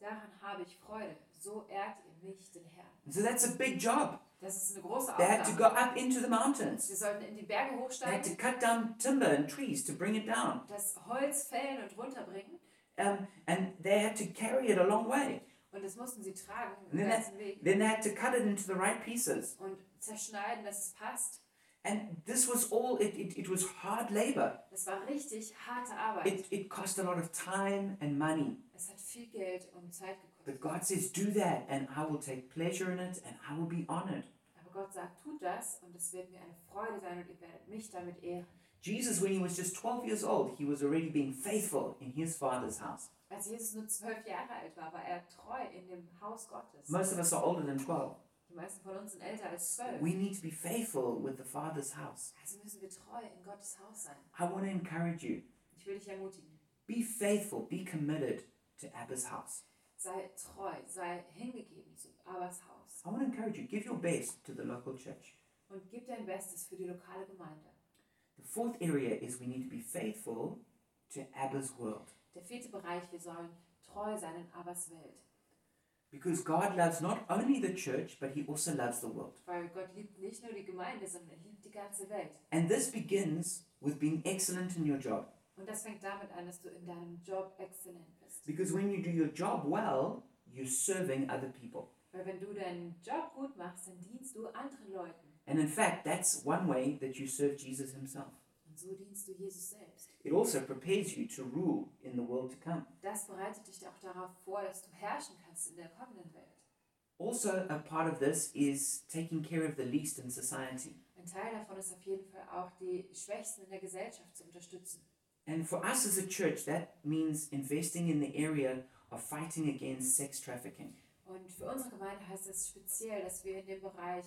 Speaker 2: Daran habe ich Freude. So ehrt ihr mich, den Herrn.
Speaker 1: And so that's a big job.
Speaker 2: Das ist eine große
Speaker 1: They had to go
Speaker 2: Aufgabe.
Speaker 1: up into the mountains.
Speaker 2: Sie sollten in die Berge
Speaker 1: They had to
Speaker 2: hochsteigen,
Speaker 1: cut down timber and trees to bring it down.
Speaker 2: das Holz fällen und runterbringen.
Speaker 1: Um, and they had to carry it a long way.
Speaker 2: Und das mussten sie tragen,
Speaker 1: And
Speaker 2: den
Speaker 1: then,
Speaker 2: ganzen
Speaker 1: they,
Speaker 2: Weg.
Speaker 1: then they had to cut it into the right pieces.
Speaker 2: Und zerschneiden, dass es passt.
Speaker 1: And this was all, it, it, it was hard labor.
Speaker 2: Das war richtig harte Arbeit.
Speaker 1: It, it cost a lot of time and money.
Speaker 2: Es hat viel Geld und Zeit
Speaker 1: But
Speaker 2: gekostet.
Speaker 1: God says, Do that, and I will take pleasure in it, and I will be honored.
Speaker 2: Aber Gott sagt, tut das und es wird mir eine Freude sein und ihr werdet mich damit ehren.
Speaker 1: Jesus, when he was just 12 years old, he was already being faithful in his father's house.
Speaker 2: Als Jesus nur zwölf Jahre alt war, war er treu in dem Haus Gottes.
Speaker 1: Most of us are older than 12.
Speaker 2: Die meisten von uns sind älter als zwölf.
Speaker 1: We need to be faithful with the father's house.
Speaker 2: Also müssen wir treu in Gottes Haus sein.
Speaker 1: I want to encourage you
Speaker 2: Ich will dich ermutigen.
Speaker 1: be faithful, be committed to Abba's house.
Speaker 2: Sei treu, sei hingegeben zu Abbas Haus
Speaker 1: I want to encourage you, give your best to the local church.
Speaker 2: und gib dein Bestes für die lokale Gemeinde.
Speaker 1: The fourth area is we need to be faithful to Abba's world.
Speaker 2: Der vierte Bereich, wir sollen treu sein in Abbas Welt.
Speaker 1: Because God loves not only the church, but he also loves the world.
Speaker 2: Weil Gott liebt nicht nur die Gemeinde, sondern er liebt die ganze Welt.
Speaker 1: And this begins with being excellent in your job.
Speaker 2: Und das fängt damit an, dass du in deinem Job exzellent bist.
Speaker 1: Because when you do your job well, you're serving other people.
Speaker 2: Weil wenn du deinen Job gut machst, dann dienst du anderen Leuten.
Speaker 1: And in fact, that's one way that you serve Jesus himself.
Speaker 2: Und so dienst du Jesus selbst.
Speaker 1: It also prepares you to rule in the world to come.
Speaker 2: Das bereitet dich auch darauf vor, dass du herrschen kannst in der kommenden Welt.
Speaker 1: Also, a part of this is taking care of the least in society.
Speaker 2: Ein Teil davon ist auf jeden Fall auch, die Schwächsten in der Gesellschaft zu unterstützen.
Speaker 1: And for us as a church, that means investing in the area of fighting against sex trafficking.
Speaker 2: Und für unsere Gemeinde heißt das speziell, dass wir in dem Bereich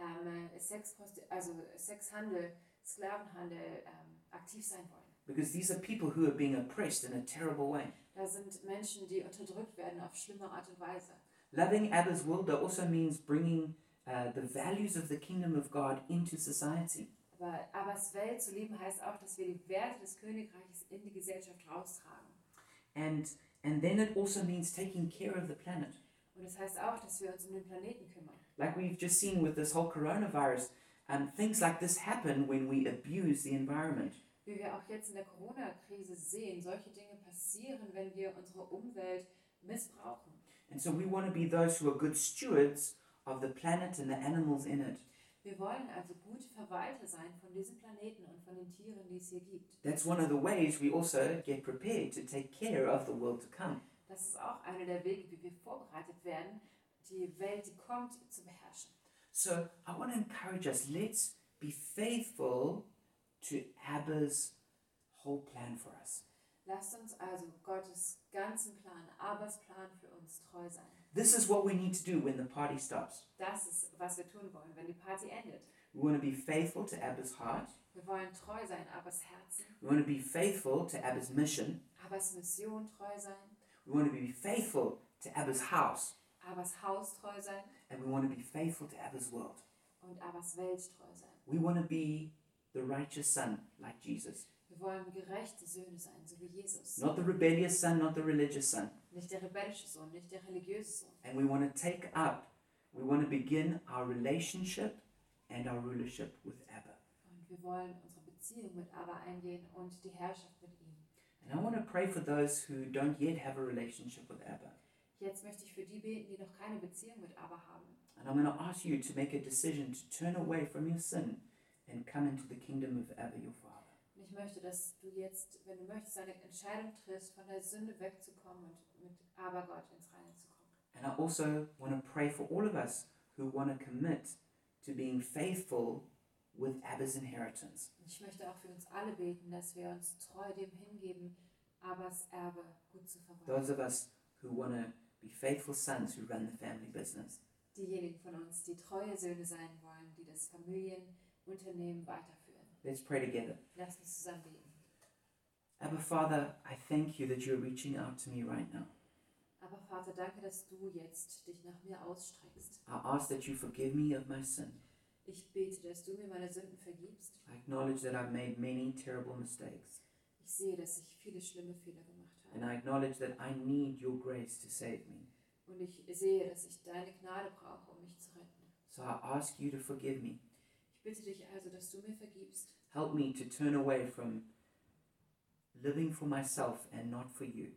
Speaker 2: ähm, Sexprosti- also Sexhandel, Sklavenhandel ähm, aktiv sein wollen.
Speaker 1: Because these are people who are being oppressed in a terrible way.
Speaker 2: Da sind Menschen, die unterdrückt werden auf schlimme Art und Weise.
Speaker 1: Loving Abba's Wilder also means bringing uh, the values of the kingdom of God into society.
Speaker 2: Aber Abbas Welt zu leben heißt auch, dass wir die Werte des Königreiches in die Gesellschaft raustragen.
Speaker 1: And, and then it also means taking care of the planet.
Speaker 2: Und das heißt auch, dass wir uns um den Planeten kümmern.
Speaker 1: Like we've just seen with this whole coronavirus, um, things like this happen when we abuse the environment.
Speaker 2: Wie wir auch jetzt in der Corona-Krise sehen, solche Dinge passieren, wenn wir unsere Umwelt missbrauchen.
Speaker 1: And so we want to be those who are good stewards of the planet and the animals in it.
Speaker 2: Wir wollen also gute Verwalter sein von diesem Planeten und von den Tieren, die es hier gibt.
Speaker 1: That's one of the ways we also get prepared to take care of the world to come.
Speaker 2: Das ist auch einer der Wege, wie wir vorbereitet werden, die Welt, die kommt, zu beherrschen.
Speaker 1: So I want to encourage us let's be faithful to Abba's whole plan for us.
Speaker 2: Lasst uns also Gottes ganzen Plan, Abers Plan für uns treu sein.
Speaker 1: This is what we need to do when the party stops.
Speaker 2: Das ist, was wir tun wollen, wenn die Party endet.
Speaker 1: We want to be faithful to Abba's heart,
Speaker 2: Wir wollen treu sein, Abers Herzen,
Speaker 1: we want to be faithful to Abba's mission,
Speaker 2: Abers Mission treu sein,
Speaker 1: we want to be faithful to Abba's house,
Speaker 2: Abers Haus treu sein
Speaker 1: and we want to be faithful to Abba's world.
Speaker 2: und Abers Welt treu sein.
Speaker 1: We want to be the righteous son like Jesus,
Speaker 2: Wir wollen gerechte Söhne sein, so wie Jesus.
Speaker 1: not the rebellious son, not the religious son.
Speaker 2: Nicht der rebellische Sohn, nicht der religiöse Sohn.
Speaker 1: And we want to take up, we want to begin our relationship and our rulership with Abba.
Speaker 2: Und wir wollen unsere Beziehung mit Aber eingehen und die Herrschaft mit ihm.
Speaker 1: And I want to pray for those who don't yet have a relationship with Abba.
Speaker 2: Jetzt möchte ich für die beten, die noch keine Beziehung mit Aber haben.
Speaker 1: And I'm going to ask you to make a decision to turn away from your sin and come into the kingdom of Abba, your Father.
Speaker 2: Und ich möchte, dass du jetzt, wenn du möchtest, eine Entscheidung triffst, von der Sünde wegzukommen und mit Abergott ins Reine zu kommen.
Speaker 1: And I also want to pray for all of us who want to commit to being faithful with Abba's inheritance.
Speaker 2: Und ich möchte auch für uns alle beten, dass wir uns treu dem hingeben, Abas Erbe gut zu verwalten.
Speaker 1: Those of us who want to be faithful sons who run the family business.
Speaker 2: Diejenigen von uns, die treue Söhne sein wollen, die das Familienunternehmen weiterführen.
Speaker 1: Let's pray together.
Speaker 2: Lass uns zusammen beten.
Speaker 1: Abba Father, I thank you that you're reaching out to me right now.
Speaker 2: Aber Vater, danke, dass du jetzt dich nach mir ausstreckst.
Speaker 1: I ask that you forgive me of my sin.
Speaker 2: Ich bete, dass du mir meine Sünden vergibst.
Speaker 1: I acknowledge that I've made many terrible mistakes,
Speaker 2: Ich sehe, dass ich viele schlimme Fehler gemacht
Speaker 1: and
Speaker 2: habe.
Speaker 1: I acknowledge that I need your grace to save me.
Speaker 2: Und ich sehe, dass ich deine Gnade brauche, um mich zu retten.
Speaker 1: So I ask you to forgive me.
Speaker 2: Ich bitte dich also, dass du mir vergibst.
Speaker 1: Help me to turn away from living for myself and not for you.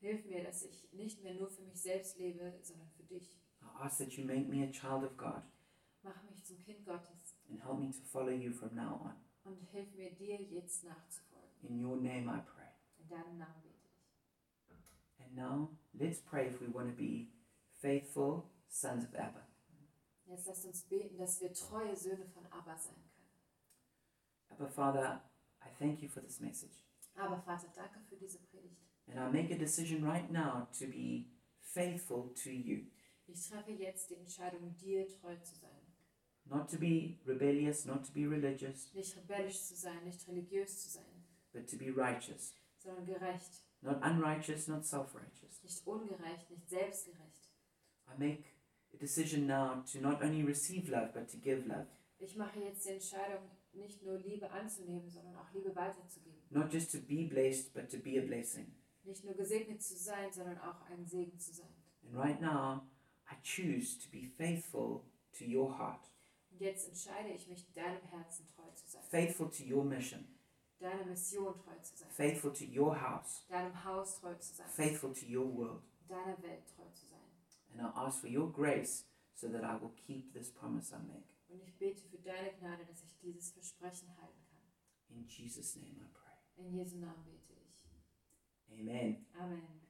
Speaker 2: Hilf mir, dass ich nicht mehr nur für mich selbst lebe, sondern für dich.
Speaker 1: I ask that you make me a child of God
Speaker 2: Mach mich zum Kind Gottes
Speaker 1: and help me to follow you from now on.
Speaker 2: und hilf mir, dir jetzt nachzufolgen.
Speaker 1: In your name I pray.
Speaker 2: In deinem Namen bete ich.
Speaker 1: And now let's pray if we want to be faithful sons of Abba.
Speaker 2: Jetzt lasst uns beten, dass wir treue Söhne von Abba sein können.
Speaker 1: Abba Father, I thank you for this message.
Speaker 2: Aber Vater, danke für diese Predigt.
Speaker 1: And I make a decision right now to be faithful to you,
Speaker 2: Ich treffe jetzt die Entscheidung, dir treu zu sein.
Speaker 1: not to be rebellious, not to be religious,
Speaker 2: Nicht rebellisch zu sein, nicht religiös zu sein,
Speaker 1: but to be righteous.
Speaker 2: sondern gerecht.
Speaker 1: Not unrighteous, not self righteous.
Speaker 2: Nicht ungerecht, nicht selbstgerecht.
Speaker 1: I make a decision now to not only receive love, but to give love.
Speaker 2: Ich mache jetzt die Entscheidung, nicht nur Liebe anzunehmen, sondern auch Liebe weiterzugeben.
Speaker 1: Not just to be blessed, but to be a blessing.
Speaker 2: Nicht nur gesegnet zu sein, sondern auch ein Segen zu sein.
Speaker 1: And right now, I choose to be faithful to your heart,
Speaker 2: Und jetzt entscheide ich mich, deinem Herzen treu zu sein.
Speaker 1: faithful to your mission,
Speaker 2: deiner Mission treu zu sein,
Speaker 1: faithful to your house,
Speaker 2: deinem Haus treu zu sein,
Speaker 1: faithful to your world.
Speaker 2: deiner Welt treu zu sein.
Speaker 1: And I ask for your grace so that I will keep this promise I make.
Speaker 2: Und ich bete für deine Gnade, dass ich dieses Versprechen halten kann.
Speaker 1: In Jesus' name I pray.
Speaker 2: In Jesu Namen bete ich.
Speaker 1: Amen.
Speaker 2: Amen.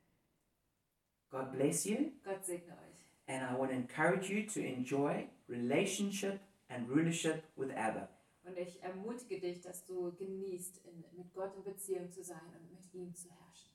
Speaker 1: God bless you,
Speaker 2: Gott segne euch.
Speaker 1: and I want to encourage you to enjoy relationship and rulership with Abba.
Speaker 2: Und ich ermutige dich, dass du genießt, in, mit Gott in Beziehung zu sein und mit ihm zu herrschen.